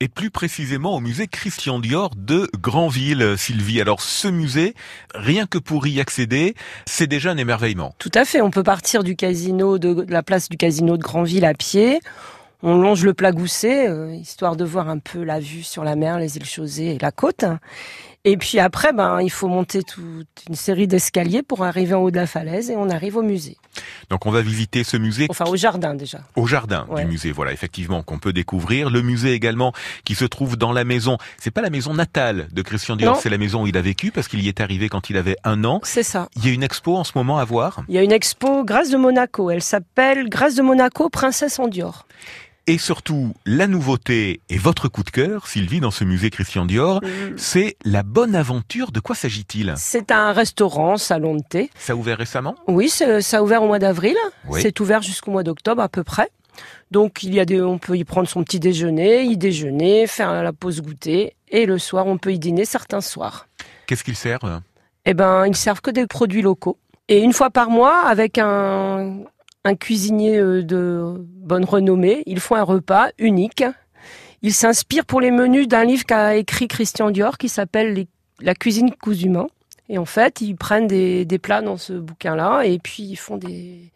et plus précisément au musée Christian Dior de Granville, Sylvie. Alors ce musée, rien que pour y accéder, c'est déjà un émerveillement. Tout à fait, on peut partir du casino de, de la place du casino de Granville à pied. On longe le plat Gousset, euh, histoire de voir un peu la vue sur la mer, les îles Chausées et la côte. Et puis après, ben, il faut monter toute une série d'escaliers pour arriver en haut de la falaise et on arrive au musée. Donc on va visiter ce musée. Enfin, au jardin déjà. Au jardin Ouais. du musée, voilà, effectivement, qu'on peut découvrir. Le musée également qui se trouve dans la maison. C'est pas la maison natale de Christian Dior, Non. c'est la maison où il a vécu parce qu'il y est arrivé quand il avait un an. C'est ça. Il y a une expo en ce moment à voir. Il y a une expo Grâce de Monaco. Elle s'appelle Grâce de Monaco, Princesse en Dior. Et surtout, la nouveauté et votre coup de cœur, Sylvie, dans ce musée Christian Dior, Mmh. c'est la bonne aventure. De quoi s'agit-il C'est un restaurant, salon de thé. Ça a ouvert récemment Oui, c'est- ça a ouvert au mois d'avril. Oui. C'est ouvert jusqu'au mois d'octobre à peu près. Donc il y a des, on peut y prendre son petit déjeuner, y déjeuner, faire la pause goûter, et le soir on peut y dîner certains soirs. Qu'est-ce qu'ils servent Eh ben ils servent que des produits locaux. Et une fois par mois, avec un, un cuisinier euh, de bonne renommée, ils font un repas unique. Ils s'inspirent pour les menus d'un livre qu'a écrit Christian Dior qui s'appelle Les- La cuisine cousument. Et en fait, ils prennent des, des plats dans ce bouquin-là et puis ils font des,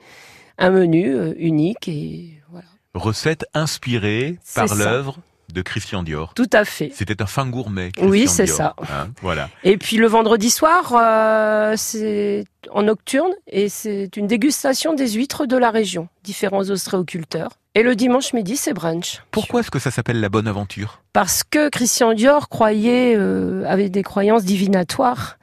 un menu euh, unique. Et voilà. Recettes inspirées C'est par ça. l'œuvre de Christian Dior. Tout à fait. C'était un fin gourmet. Oui, Christian c'est Dior, ça. hein, voilà. Et puis le vendredi soir, euh, c'est en nocturne et c'est une dégustation des huîtres de la région, différents ostréoculteurs. Et le dimanche midi, c'est brunch. Pourquoi est-ce que ça s'appelle la bonne aventure Parce que Christian Dior croyait, euh, avait des croyances divinatoires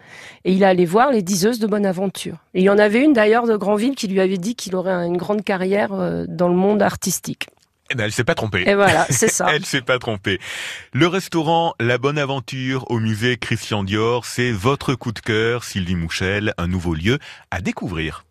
et il allait voir les diseuses de bonne aventure. Et il y en avait une d'ailleurs de Granville qui lui avait dit qu'il aurait un- une grande carrière euh, dans le monde artistique. Eh ben, elle s'est pas trompée. Et voilà, c'est ça. Elle s'est pas trompée. Le restaurant La Bonne Aventure au musée Christian Dior, c'est votre coup de cœur, Sylvie Mouchel, un nouveau lieu à découvrir.